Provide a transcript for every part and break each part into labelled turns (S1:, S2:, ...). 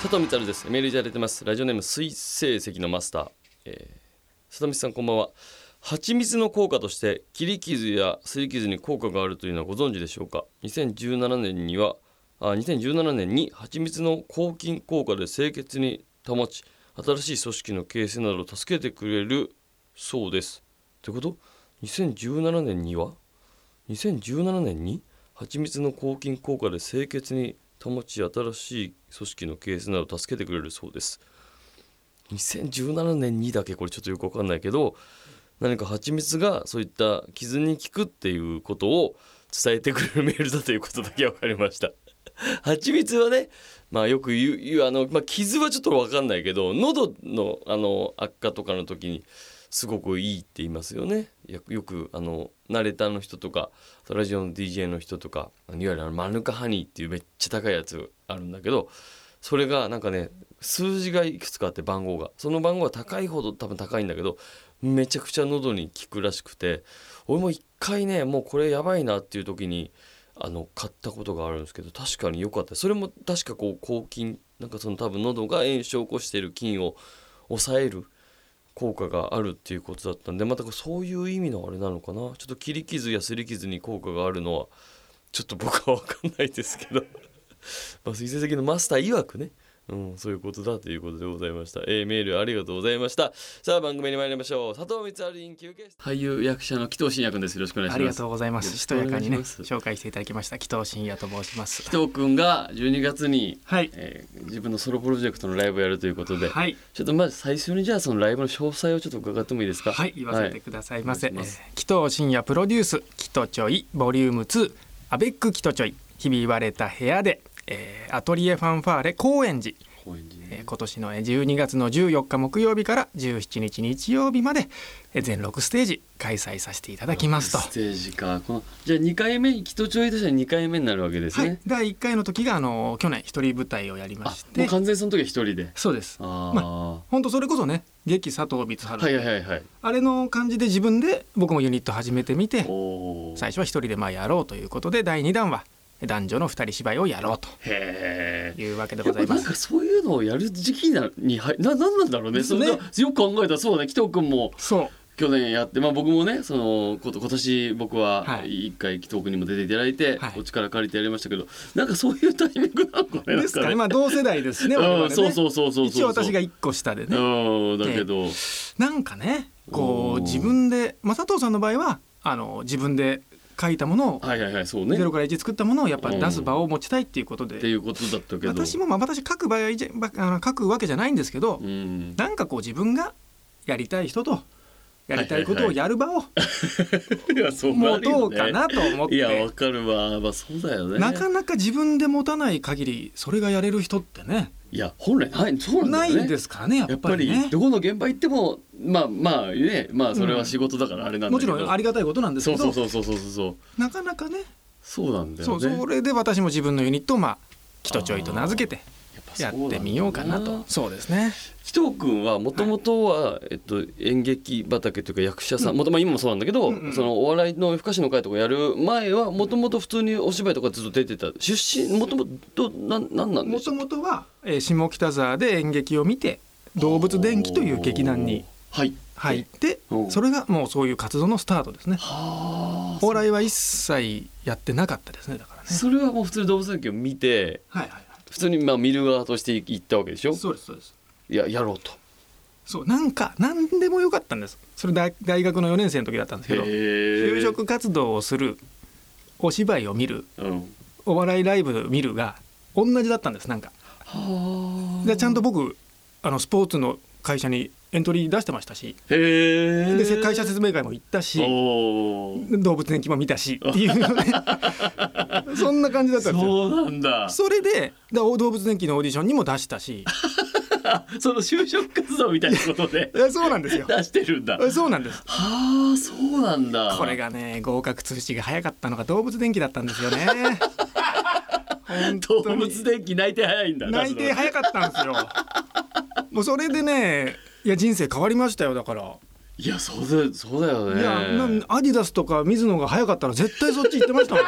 S1: 佐藤光ですメールいただいてますラジオネーム水星石のマスター、えー、佐藤光さんこんばんは蜂蜜の効果として切り傷やすり傷に効果があるというのはご存知でしょうか2017年にはあ2017年に蜂蜜の抗菌効果で清潔に保ち新しい組織の形成などを助けてくれるそうですってこと2017年には2017年に蜂蜜の抗菌効果で清潔に保ち新しい組織の形成などを助けてくれるそうです2017年にだけこれちょっとよくわかんないけど何か蜂蜜がそういった傷に効くっていうことを伝えてくれるメールだということだけ分かりました 蜂蜜はねまあよく言う言うあの、まあ、傷はちょっと分かんないけど喉のあの悪化とかの時にすごくいいって言いますよねよよくあのナレーターの人とかラジオの DJ の人とかいわゆるあのマヌカハニーっていうめっちゃ高いやつあるんだけどそれがなんかね数字がいくつかあって番号がその番号が高いほど多分高いんだけどめちゃくちゃ喉に効くらしくて俺も一回ねもうこれやばいなっていう時にあの買ったことがあるんですけど確かに良かったそれも確かこう抗菌なんかその多分喉が炎症を起こしている菌を抑える効果があるっていうことだったんでまたこうそういう意味のあれなのかなちょっと切り傷や擦り傷に効果があるのはちょっと僕は分かんないですけど まあ水星的のマスター曰くねうん、そういうことだということでございました。えー、メールありがとうございました。さあ、番組に参りましょう。佐藤光晴院休憩室。俳優役者の紀藤真也君です。よろしくお願いし
S2: あ
S1: ます。
S2: りがとうございます。
S1: よろし
S2: し
S1: く
S2: と
S1: お願
S2: や
S1: いしま
S2: か
S1: す
S2: にね、紹介していただきました。紀藤真也と申します。
S1: 紀藤君が12月に、
S2: はい。
S1: えー自分のソロプロジェクトのライブをやるということで、
S2: はい。
S1: ちょっとまず最初にじゃあそのライブの詳細をちょっと伺ってもいいですか。
S2: はい、言わせてくださいませ。
S1: お願いします
S2: えー紀藤真也プロデュース、紀藤ちょい、ボリューム2、アベック紀藤ちょい、日々割れた部屋で、えーアトリエファンファーレ高円寺、
S1: 高円寺ね
S2: えー今年のえー12月の14日木曜日から17日日曜日まで、えー全6ステージ開催させていただきますと。
S1: ステージか。このじゃあ二回目紀藤ちょいとしては二回目になるわけです
S2: は
S1: ね。
S2: い、第1回の時があの去年一人舞台をやりま
S1: あ
S2: し、
S1: もう
S2: て
S1: 完全にその時は一人で。
S2: そうです
S1: ああ、
S2: 本当それこそね劇佐藤光晴
S1: はいはいはいはい。
S2: あれの感じで自分で僕もユニット始めてみて
S1: おお。
S2: 最初は一人でまあやろうということで第2弾は男女の二人芝居をやろうと
S1: へえ。
S2: いうわけで
S1: や
S2: ご
S1: っ
S2: ざ
S1: ぱ
S2: い ま
S1: なん
S2: す。
S1: かそういうのをやる時期なにはいななんなんだろうね。
S2: です
S1: そ
S2: ね
S1: れでよく考えたらそうだね。紀藤君も
S2: そう
S1: 去年やってまあ僕もねそのこと今年僕は
S2: はい
S1: 一回紀藤君にも出ていただいて、
S2: はい
S1: お力借りてやりましたけど、なんかそういうタイミングなのかね。
S2: ですかねま
S1: なん
S2: あ同世代ですね
S1: う
S2: 我
S1: ん
S2: 々ね
S1: そうそうそうそうそう。
S2: 一応私が1個下でね
S1: うんだけど、
S2: なんかねこ
S1: おー
S2: う自分で、まあ、佐藤さんの場合はあの自分で書いたものを、
S1: はいはいはいそうね。
S2: ゼロ
S1: っ
S2: から1作ったものをやっぱ出す場を持ちたいっていうこと
S1: て
S2: で
S1: いうことだったけど。
S2: 私もまあ私書く場合じゃばあの書くわけじゃないんですけど、
S1: うん。
S2: なんかこう自分がやりたい人とやりたいことをやる場 を
S1: いやそうな
S2: 持
S1: るよね
S2: とうかなと思っ
S1: いやわ
S2: て
S1: かるわまあそうだよね。
S2: なかなか自分で持たない限りそれがやれる人ってね
S1: いや本来ないそうな
S2: な
S1: だ
S2: ん
S1: よね。
S2: いんですからねや
S1: や
S2: っ
S1: っぱ
S2: ぱり
S1: り
S2: ね
S1: どこの現場行ってもまあまあねまあそれは仕事だからあれなんだ
S2: も
S1: け
S2: ち
S1: ど、
S2: ろんありがたいことなんです
S1: そ
S2: け
S1: うそ
S2: ど
S1: うそうそうそうそう
S2: なかなかね
S1: そうなんだよね
S2: そうそれで私も自分のユニットをまあ「キトチョイ」と名付けてやってみようかなとそうですね
S1: 紀藤君はもともとは、えっと、演劇畑というか役者さん、もとまあ今もそうなんだけど、
S2: うんうん
S1: そのお笑いの夜更かしの会とかやる前はもともと普通にお芝居とかずっと出てた出身もともとなんなんなんで
S2: も
S1: しょ
S2: ともとはえー下北沢で演劇を見て「動物電気」という劇団に
S1: はい
S2: 入って
S1: うん
S2: それがもうそういう活動のスタートですね
S1: はあ
S2: お笑いは一切やってなかったですねだからね
S1: それはもう普通に動物園を見て
S2: はいはいは
S1: 普通にまあ見る側として行ったわけでしょ
S2: そうですそうです
S1: いややろうと
S2: そうなんか何でもよかったんですそれ大大学の4年生の時だったんですけど
S1: 就
S2: 就職活動をするお芝居を見る
S1: うん
S2: お笑いライブを見るが同じだったんですなんか
S1: は
S2: でちゃんと僕あのスポーツの会社にエントリー出してましたし
S1: へえ
S2: で会社説明会も行ったし
S1: おー
S2: 動物園気も見たしっていうのねそんな感じだったんですよ
S1: そうなんだそ
S2: それでだ動物電気のオーディションにも出した し
S1: の就職活動みたいなこと で
S2: えそうなんですよ
S1: 出してるんだ
S2: えそうなんです
S1: はあそうなんだ
S2: これがね合格通知が早かったのが動物電気だったんですよね本
S1: 動
S2: 当に
S1: 物電気内定早いんだ
S2: 内定
S1: 出す
S2: 早かったんですよもうそれでねいや人生変わりましたよだから、
S1: のいやそうだよそうだよね
S2: いやなアディダスとか水野が早かったら絶対そっち行ってましたもん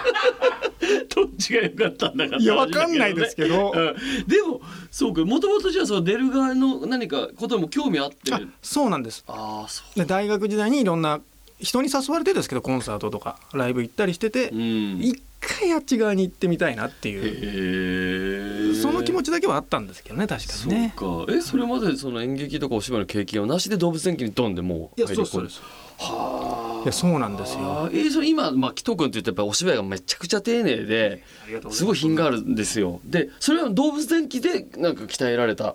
S1: どっちが良かったんだかって話だけどね
S2: いやわかんないですけど
S1: うんでもそうかもともとじゃあその出る側の何かことも興味あって
S2: あそうなんです
S1: ああそう
S2: で大学時代にいろんな人に誘われてですけどコンサートとかライブ行ったりしてて
S1: うん
S2: 一回あっち側に行ってみたいなっていう
S1: へえ
S2: その気持
S1: ち
S2: ちだけはあったんですけどね確かにね
S1: そうか
S3: えそれまでその演劇とかお芝居の経験をなしで動物園にドンでもう
S2: いやそうそうです
S1: はい
S2: やそうなんですよ
S1: あー
S3: えー、それ今、まあ、紀藤君って言ってやっぱお芝居がめちゃくちゃ丁寧で、すごい品があるんですよ。で、それは動物電気で、なんか鍛えられた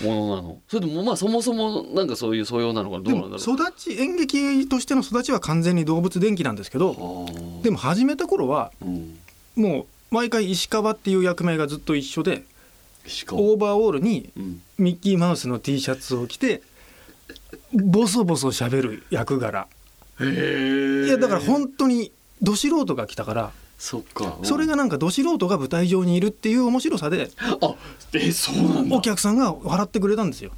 S3: ものなの。それとも、まあ、そもそも、なんかそういう素養なのか、ど
S2: で
S3: うなん
S2: も
S3: だろう。
S2: 育ち演劇としての育ちは完全に動物電気なんですけど
S1: あー
S2: でも始めた頃は
S1: うん
S2: もう毎回石川っていう役名がずっと一緒で
S1: 石川
S2: オーバーオールに
S1: うん
S2: ミッキーマウスの T シャツを着てボソボソ喋る役柄
S1: へえ
S2: いやだから本当にど素人が来たから
S1: そっか
S2: それがなんかど素人が舞台上にいるっていう面白さで
S1: あえそうなんだ
S2: お客さんが笑ってくれたんですよ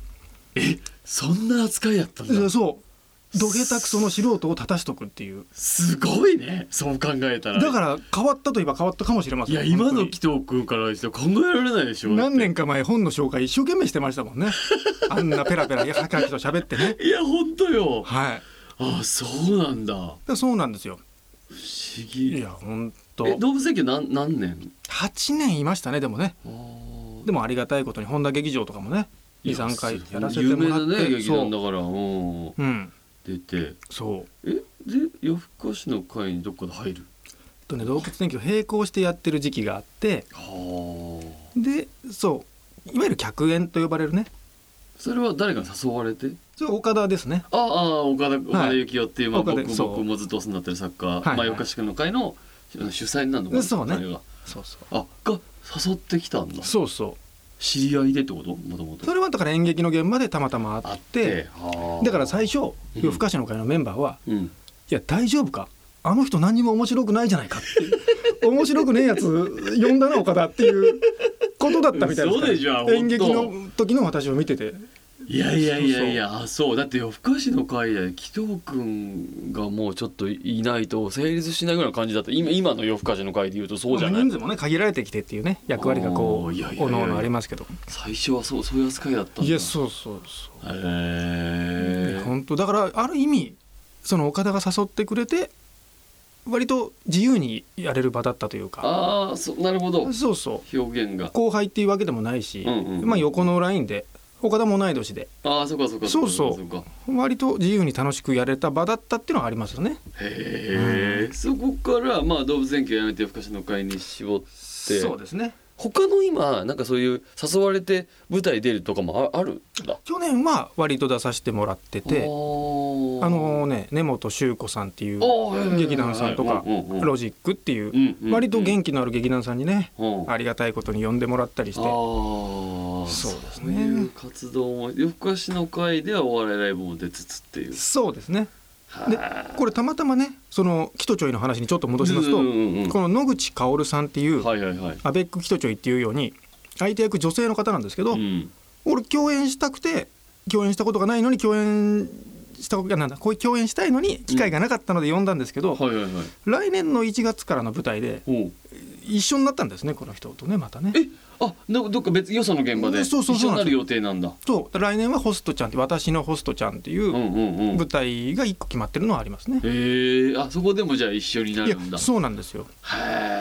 S1: えそんな扱いやったん
S2: で
S1: だ
S2: そうどげたくその素人を立たしとくっていう
S1: すごいねそう考えたら
S2: だから変わったといえば変わったかもしれませ
S1: い
S2: ん
S1: や今の
S2: 本
S1: 紀藤君からして考えられないでし
S2: 当
S1: ょ
S2: に
S1: だって
S2: 何年か前本の紹介一生懸命してましたもん ねあんなペラペラやはきはきと喋ってね
S1: いや本当よ
S2: はい
S1: あそうなんだ不思
S2: でそうなんですよい
S1: 議
S2: や本当
S1: え動物園何何年
S2: 8年いましたねでもね
S1: あー
S2: でもありがたいことに本田劇場とかもね
S1: いや
S2: 23回やらせて
S1: 有
S2: も
S1: 名
S2: ら
S1: な
S2: って
S1: ね劇
S2: そ
S1: 団だ
S2: う
S1: からうん
S2: うん
S1: 出て
S2: そう
S1: えで夜更かしの会にどっかで入る
S2: とね動物電気と並行してやってる時期があって
S1: はあ
S2: でそういわゆる客演と呼ばれるね
S1: それは誰かに誘われて
S2: それ岡田ですね
S1: ああ岡田岡田幸雄っていう、まあ、
S2: 岡田
S1: 僕
S2: そう
S1: 僕もずっとお世話になってる作家、
S2: いはい
S1: まあよかしくの会の主催になるのかな
S2: そうね
S1: あれが
S2: そうそ
S1: あが誘ってきたんだ
S2: うそうそ
S1: 知り合いでってこともとも
S2: う
S1: と
S2: それはだから演劇の現場でたまたま会ってだから最
S1: 初
S2: 初夜更かしの会のメンバーは
S1: うん
S2: 「いや大丈夫かあの人何にも面白くないじゃないか」っていう 面白くねえやつ呼んだな岡田っていうことだったみたいですから
S1: 嘘でしょ本当
S2: 演劇の時の私を見てて
S1: いやいやいやいやあそうだって夜更かしの会で紀藤君がもうちょっといないと成立しないぐらいの感じだった今今の夜更かしの会でいうとそうじゃない
S2: 人数もね限られてきてっていうね役割がこ
S1: おー
S2: う
S1: いやいやいやいや
S2: おのおのありますけど
S1: 最初はそうそういう扱いだったんだ
S2: いやそうそうそう
S1: へえ
S2: 本当だからある意味その岡田が誘ってくれて割と自由にやれる場だったというか
S1: ああそなるほど
S2: そうそ
S1: 表現が
S2: う後輩っていうわけでもないし、
S1: うんうんうん
S2: まあ、横のラインで岡田も同い年で
S1: ああそうかそうか
S2: そうそう
S1: そうか
S2: 割と自由に楽しくやれた場だったっていうのはありますよね。
S1: へえそこからまあ動物園球やめて夜更かしの会に絞って
S2: ですね
S3: 他の今、なんかそういう誘われて舞台出るとかもああるんだ。
S2: 去年は割と出させてもらって
S1: あ
S2: てあのね根本修子さんっていう劇団さんとかロジックっていう割と元気のある劇団さんにね
S1: 気あ
S2: ありがたいことに呼んでもらったりして
S1: ー
S2: そうです
S1: そう
S2: ね
S1: いう活動も夜更かしの会ではお笑いライブも出つつっていう
S2: そうですねでこれたまたまねそのキトチョイの話にちょっと戻しますと、
S1: うんうんうん
S2: この野口薫さんっていう、
S1: はいはいはい
S2: アベックキトチョイっていうように相手役女性の方なんですけど、
S1: うん
S2: 俺共演したくて共演したことがないのに共演したことがなんだこういう共演したいのに機会がなかったので呼んだんですけど、
S1: はいはいはい
S2: 来年の1月からの舞台で
S1: おう
S2: 一緒になったんですねこの人とねまたね。
S1: えあなどっか別よその現場で
S2: ね
S1: 一
S2: そう
S1: 緒
S2: そうそ
S1: に
S2: うな
S1: なん
S2: で
S1: る
S2: す
S1: 予定なんだ
S2: そう来年はホストちゃんって私のホストちゃんっていううん
S1: うんうん
S2: 舞台が1個決まってるのはありますね。
S1: へえあそこでもじゃあ一緒にない
S2: や
S1: るんだ
S2: そうなんですよ。
S1: へ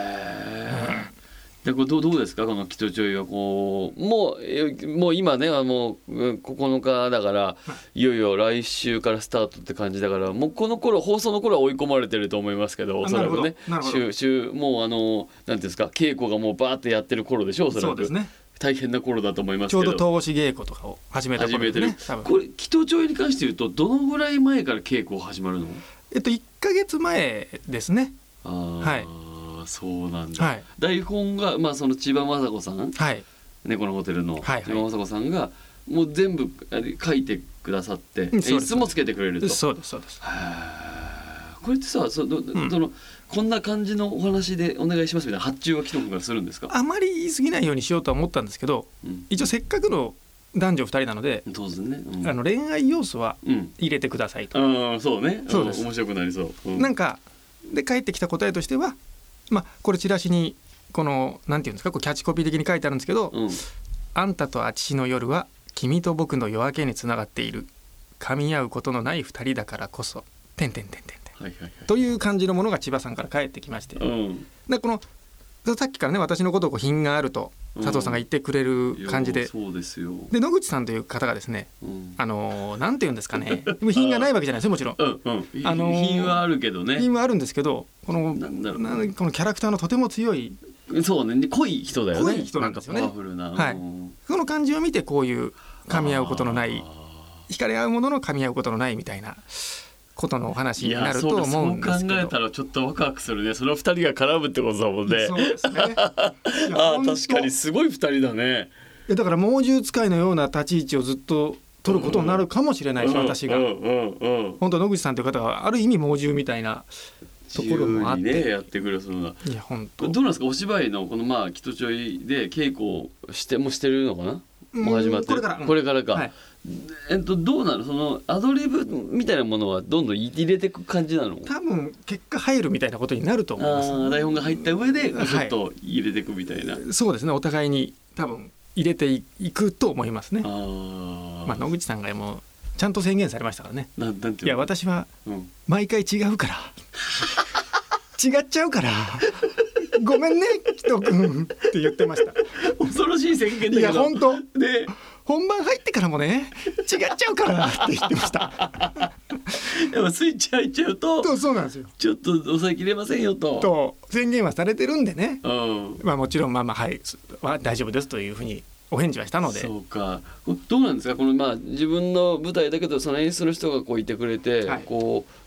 S1: え。でこれどうどうですかこのキトチョイはこうもうえもう今ねあもううん9日だからいよいよ来週からスタートって感じだからもうこの頃放送の頃は追い込まれてると思いますけど
S2: あ
S1: おそらくね
S2: なるほどなる
S3: 週、
S2: ほ
S3: 週、もうあの、なんていうんですか、稽古がもうバーってやってる頃でしょう、それ
S2: そうですね
S3: 大変な頃だと思います
S2: ち
S3: け
S2: ょ
S3: ど。
S2: うど投資稽古とかを始めた
S3: 始
S2: 頃
S3: めて
S2: です
S3: る。
S2: ね多分
S1: これキトチョイに関して言うとどのぐらい前から稽古始まるの
S2: えっと1か月前ですね
S1: あー
S2: はい
S1: そうなんだ、
S2: はい
S1: 台本が、まあ、その千葉真子さん
S2: はい
S1: 猫のホテルの
S2: はい
S1: 千葉雅子さんがもう全部あれ書いてくださって
S2: うんそう
S1: 演
S2: です
S1: 出もつけてくれると。
S2: そうですそうです
S1: はあこれってさそど
S2: ん
S1: どのこんな感じのお話でお願いしますみたいな発注は紀藤君からするんですか、
S2: あまり言い過ぎないようにしようとは思ったんですけど
S1: うん、
S2: 一応せっかくの男女2人なので、
S1: 当然ね。うん、
S2: あの恋愛要素は
S1: うん
S2: 入れてくださいと、
S1: あーそうね
S2: そうです
S1: うん面白くなりそう。う
S2: なんんかで返ってきた答えとしてはまあ、これチラシにこのなんていうんですかこうキャッチコピー的に書いてあるんですけど、
S1: うん、
S2: あんたとあちしの夜は君と僕の夜明けにつながっている噛み合うことのない二人だからこそ」てんてんてんてんてん
S1: はいはいはい。
S2: という感じのものが千葉さんから返ってきまして、
S1: うん、
S2: でこのさっきからね私のことをこう品があると佐藤さんが言ってくれ
S1: い
S2: る
S1: や
S2: 感じで、
S1: そうですよ。
S2: で野口さんという方がですね
S1: うん、
S2: あのーなんて言うんです かねでも品がないわけじゃないですよもちろん
S1: うん、うん、
S2: あのー
S1: 品はあるけどね
S2: 品。はあるんですけどこの
S1: なんだろう
S2: なんこのキャラクターのとても強い
S1: そうね、濃い人だよね。
S2: 濃い人なんですよね
S1: かパワフルな。
S2: はい
S1: うん
S2: その感じを見てこういう噛み合うことのない
S1: あ
S2: 惹かれ合うものの噛み合うことのないみたいなことのお
S1: ー
S2: 話
S1: い
S2: にな
S1: や、
S2: ると
S1: そうだ
S2: 思
S1: そううん考
S2: ですけど
S1: えたら、ちょっとワクワクするね。その二人が絡むってことだもんね。
S2: そ うですねいや
S1: ああ、
S2: 本当
S1: 確かに、すごい二人だね。
S2: いやだから猛獣使いのような立ち位置をずっと取ることになるかもしれないし、私が、
S1: うん、うん、うん。
S2: 本当野口さんという方はある意味猛獣みたいなところもあって
S1: 自由にね、やってくれそうな。
S2: いや本
S1: ど
S2: 当
S1: うなんですかお芝居のこのまあ「きとちょい」で稽古をしてもうしてるのかなもう始まって
S2: うんこれからうん
S1: これからか、
S2: はい
S1: えっとどうなのそのアドリブみたいなものはどんどん入れていく感じなの
S2: 多分結果入るみたいなことになると
S1: あ
S2: 思います
S1: ー台本が入った上でち
S2: はい
S1: ょっと入れていくみたいな、
S2: そうですねお互いに多分入れていくと思いますね
S1: あー
S2: まあ、野口さんがもうちゃんと宣言されましたからね
S1: なんなんて
S2: い
S1: いう
S2: や
S1: の
S2: 私は
S1: うん
S2: 毎回違うから 違っちゃうからごめんねきとくんって言ってました
S1: 恐ろしい宣言だけど
S2: いや本当
S1: で
S2: 本番入ってからもね違っちゃうからって言ってました
S1: でもスイッチ入っちゃうと
S2: そうそうなんですよ
S1: ちょっと抑えきれませんよと
S2: と宣言はされてるんでね
S1: うん
S2: まあもちろんまあまあはいすは大丈夫ですというふうにお返事はしたので
S1: そうかこどうなんですかこのまあ自分の舞台だけどその演出の人がこういてくれて、
S2: はい
S1: こう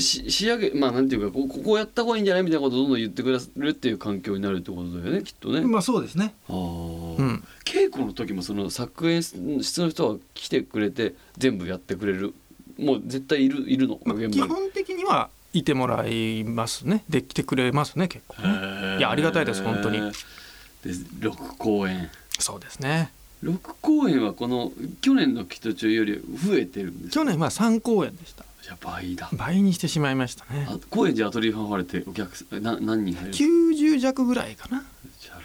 S1: し仕上げまあなんていうかこうここをやった方がいいんじゃないみたいなことをどんどん言ってくれるっていう環境になるってことだよねきっとね。
S2: まあそうですね
S1: あー
S2: うん
S1: 稽古の時もその作演室の人は来てくれて全部やってくれるもう絶対いるいるの、
S2: まあ
S1: 現
S2: 基
S1: 場に
S2: 本的にはいてもらいますねできてくれますね結構ね
S1: へー
S2: いやありがたいです本当に
S1: で6公演
S2: そうですね
S1: 6公演はこの去年の「きとちょ」より増えてるんですか
S2: 去年は3公演でした
S1: じゃあ倍だ
S2: 倍にしてしまいましたね
S1: あ高円寺アトリエファンファーレってお客さんな何人入るじ
S2: 90弱ぐらいかな
S1: ゃあ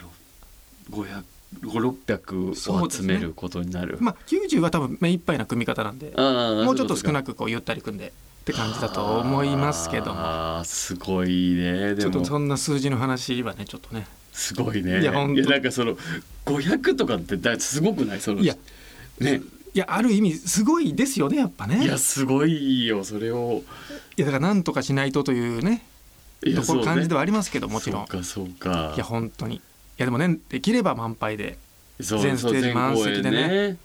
S1: ろ500600を集めることになる、
S2: まあ90は多分目いっぱいな組み方なんで
S1: ああ
S2: もうちょっと少
S1: く
S2: なくこうゆったり組んでって感じだと思いますけども
S1: あーすごいね
S2: ち
S1: で
S2: ょっと
S1: も
S2: そんな数字の話はねちょっとね
S1: すごいね
S2: いやほんと
S1: なんかその500とかってだすごくないその
S2: いや
S1: ね
S2: いやある意味すごいですよねやっぱね
S1: いやすごいよそれを
S2: いやだからなんとかしないとというね
S1: いや
S2: ところ感じで
S1: は
S2: はありますけどもちろん
S1: そうかそうか
S2: いや本当にいやでもねできれば満杯で
S1: そう
S2: 全ステー
S1: そ
S2: ジ
S1: う全
S2: 満席でね
S1: 公演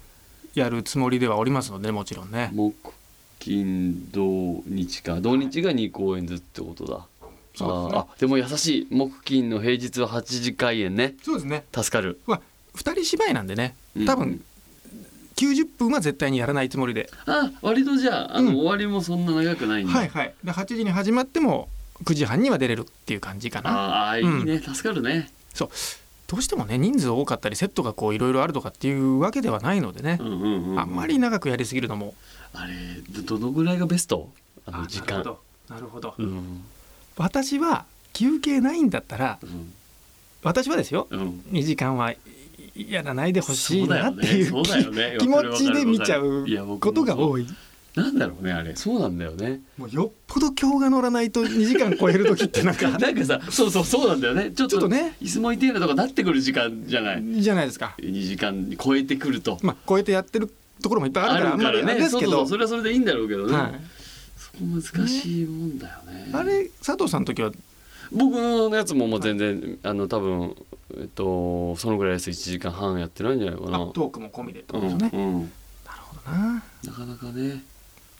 S2: やるつもりではおりますのでもちろんね
S1: 木金土日か土日が2公演ずつってことだ、
S2: そうです
S1: あー
S2: ね
S1: あでも優しい木金の平日は8時開演ね
S2: そうですね
S1: 助かる
S2: まあ2人芝居なんでね
S1: うん
S2: 多分90分は絶対にやらないつもりで
S1: あ割とじゃああの、
S2: うん
S1: 終わりもそんな長くないんだ、
S2: はいはいで8時に始まっても9時半には出れるっていう感じかな
S1: ああいいね、助かるね
S2: そうどうしてもね人数多かったりセットがこういろいろあるとかっていうわけではないのでね
S1: う、んうんうん、うん、
S2: あんまり長くやりすぎるのも
S1: あれどどのぐらいがベストあの時間
S2: なるほどなるほど
S1: うん
S2: 私は休憩ないんだったら
S1: うん
S2: 私はですよ
S1: うん
S2: 2時間はいやらないでほし
S1: そ
S2: いう
S1: だ
S2: な
S1: よ
S2: って
S1: ね
S2: いう
S1: そうだよね
S2: 気
S1: わか
S2: 持
S1: るわかる
S2: ちで見ちゃ
S1: わ
S2: う
S1: かるいや僕
S2: こ
S1: もそ
S2: と
S1: う
S2: が多い
S1: なんだろうねあれそうなんだよね
S2: もうよっぽど今日が乗らないと2時間超える時って なんか
S1: なんかさそうそうそうなんだよねちょっ
S2: ちょっ
S1: と
S2: とね
S1: いつもいてえなとかなってくる時間じゃない
S2: いいじゃないですか
S1: 2時間に超えてくると
S2: まあ超えてやってるところもいっぱいあるからあんまりあれですけ
S1: そうそ
S2: ど
S1: うそれはそれでいいんだろうけどね、
S2: はい
S1: そこ難しいもんだよね
S2: あれ佐藤さんの時は
S1: 僕のやつももう全然、あの多分えっとそのぐらいです1時間半やってないんじゃないか
S2: あ
S1: な
S2: トークも込みでって
S1: う
S2: こ
S1: ん
S2: とですね、
S1: うん、
S2: なるほどな
S1: なかなかね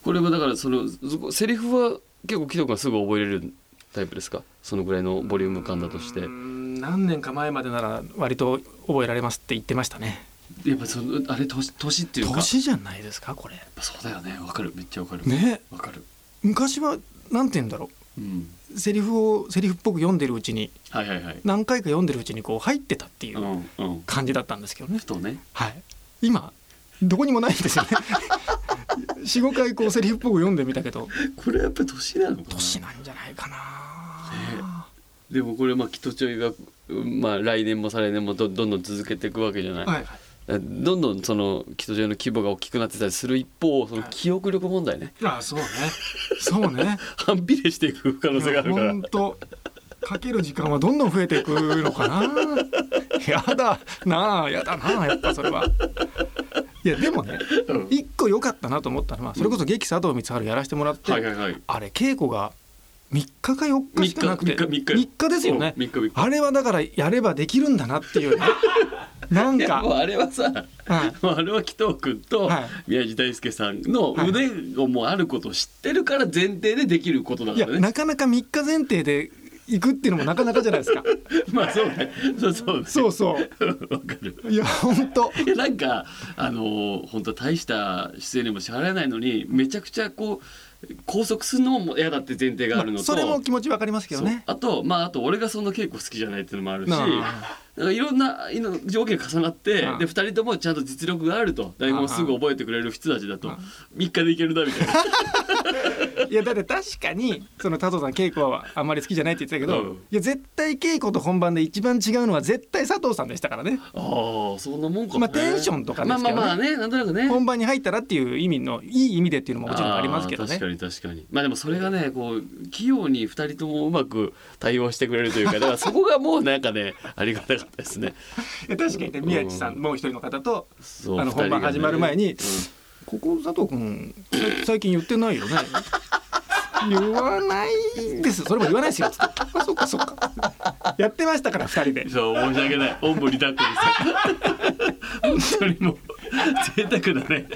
S1: これはだからそのそこセリフは結構紀藤君はすぐ覚えれるタイプですかそのぐらいのボリューム感だとして
S2: うーん何年か前までなら割と覚えられますって言ってましたね
S1: やっぱそのあれ年年っていうかやっ
S2: 年じゃないですかこれ
S1: ぱそうだよねわかるめっちゃわかるわ、
S2: ね
S1: かる
S2: 昔はなんて言うんだろ
S1: うん
S2: うセリフをセリフっぽく読んでるうちに
S1: はいはいはい
S2: 何回か読んでるうちにこう入ってたっていううん
S1: うん
S2: 感じだったんですけどね
S1: ふ、とね
S2: はい今どこにもないんですよ ね45回こうセリフっぽく読んでみたけど
S1: これやっぱ年なのかな
S2: 年なんじゃないかな、
S1: でもこれまあキトチョイが、まあ、来年も再来年もどどんどん続けていくわけじゃない、
S2: はい、
S1: どんどんそのキトチョイの規模が大きくなってたりする一方その記憶力問題ね
S2: あそうねそうね
S1: 反比例していく可能性があるから
S2: 本当かける時間はどんどん増えていくのかなやだなあやだなあやっぱそれはいやでもね
S1: うん
S2: 一個良かったなと思ったのはそれこそ劇佐藤光晴やらせてもらって、
S1: はいはいはい
S2: あれ稽古が3日か4日しかなくて
S1: 三日三日三日
S2: 三日ですよね
S1: うん三日三日
S2: あれはだからやればできるんだなって いうねなん
S1: いや
S2: か
S1: もう、あれはさ
S2: はい
S1: もうあれは紀藤君と
S2: はい
S1: 宮地大輔さんの腕をもうあることを知ってるから前提でできることだ
S2: い
S1: か
S2: や
S1: らね。
S2: なかなか3日前提で行くっていうのもなかなかじゃない ですか
S1: まあそうね。そうそう、ね。
S2: そうそう
S1: う。 わかる。
S2: いや本当
S1: いやなんかあのー本当大した出演にも支払えないのにめちゃくちゃこう拘束するのも嫌だって前提があるのと、
S2: それも気持ちわかりますけどね
S1: そうあとまああと俺がそんな稽古好きじゃないっていうのもあるし。
S2: なあ
S1: なんかいろんないろんな条件が重なって、
S2: うん
S1: で2人ともちゃんと実力があると台本をすぐ覚えてくれる人たちだと
S2: うん
S1: 3日でいけるなみたいな
S2: いやだって確かにその佐藤さん稽古はあんまり好きじゃないって言ってたけど、
S1: うん
S2: いや絶対稽古と本番で一番違うのは絶対佐藤さんでしたからね
S1: ああそんなもんかも、
S2: まあテンションとかですけどね
S1: まあまあまあねなんとなくね
S2: 本番に入ったらっていう意味のいい意味でっていうのももちろんありますけど
S1: あ
S2: ね
S1: ー確かに確かにまあでもそれがねこう器用に2人ともうまく対応してくれるというかだからそこがもうなんかね ありがたかったですね
S2: いや 確かにね宮地さんもう一人の方と
S1: そう
S2: あの
S1: 二人がね
S2: 本番始まる前に
S1: うん
S2: 「ここ佐藤君 最近言ってないよね」 言わないですそれも言わないですよつってあそっかそっかやってましたから二人で
S1: そう申し訳ないおんぶに抱っこですよ本当にもう贅沢だね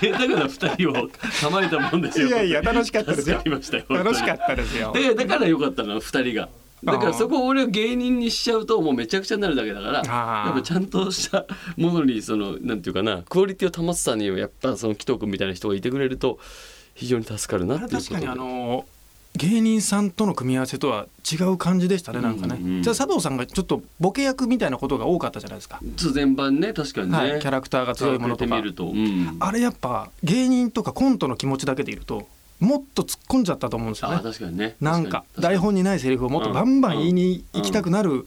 S1: 贅沢な2人を構えたもんですよ
S2: いやいや楽しかったです
S1: 助
S2: よ
S1: かりましたよ 本当に
S2: 楽しかったですよ
S1: でだから良かったの2人がだか
S2: あー
S1: らそこを俺を芸人にしちゃうともうめちゃくちゃになるだけだから
S2: あー
S1: やっぱちゃんとしたものにそのなんていうかなクオリティを保つためにやっぱその紀藤君みたいな人がいてくれると非常に助かるなっ
S2: あ
S1: てい
S2: れ
S1: うこと
S2: 確かにあの芸人さんとの組み合わせとは違う感じでしたねなんかね、
S1: うんうんうん
S2: じゃあ佐藤さんがちょっとボケ役みたいなことが多かったじゃないですか、
S1: ちょっと全般ね確かにね、
S2: はい、キャラクターが強いものと
S1: 比べて
S2: か
S1: みると、うん
S2: あれやっぱ芸人とかコントの気持ちだけでいるともっと突っ込んじゃったと思うんですよ
S1: あー
S2: ね
S1: 確かにね
S2: なんか
S1: 確に
S2: 台本にないセリフをもっとバンバン言いに行きたくなる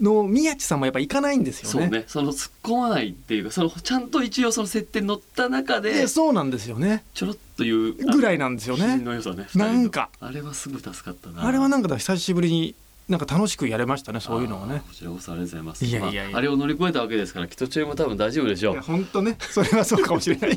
S2: のを宮地さんもやっぱ行かないんです
S1: そ
S2: よ
S1: う
S2: ね。
S1: ねその突っ込まないっていうかそのちゃんと一応その設定に乗った中で
S2: でそうなんですよね
S1: ちょろっと言う
S2: ぐら
S1: い
S2: いなんですよ
S1: 品
S2: ね。
S1: の良さね
S2: なんか
S1: 二人のあれはすぐ助かったな
S2: あれはなんかだから久しぶりになんか楽しくやれましたねそういうのを
S1: あー
S2: ね。
S1: こちらこそありがとうございます。
S2: いやいやいや
S1: まああれを乗り越えたわけですから、キトチョイも多分大丈夫でしょ
S2: いや本当ねそれはそうかもしれない。
S1: う。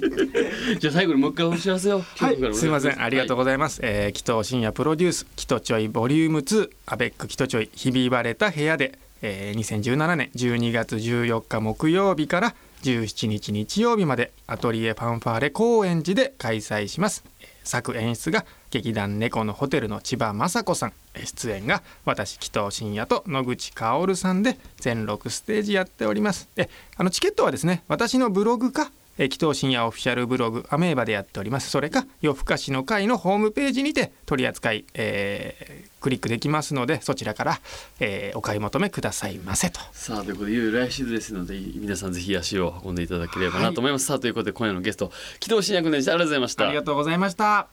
S1: じゃあ最後にもう一回お知らせを。
S2: はい、 すみません、ありがとう
S1: ござい
S2: ございます。えー、紀藤真也プロデュース、紀藤ちょいボリューム2、アベック紀藤ちょい、ひび割れた部屋で、えー、2017年12月14日木曜日から17日日曜日まで、アトリエファンファーレ高円寺で開催します。えー作演出が劇団猫のホテルの千葉雅子さんえー出演が私紀藤真也と野口薫さんで全6ステージやっておりますえあのチケットはですね私のブログかえー紀藤真也オフィシャルブログアメーバでやっておりますそれか夜更かしの会のホームページにて取り扱い、えークリックできますのでそちらから、えーお買い求めくださいませと
S1: す。さあということでいよいよ来週ですので皆さんぜひ足を運んでいただければなと思います、さあということで今夜のゲスト木藤新薬でしたありがとうございました
S2: ありがとうございました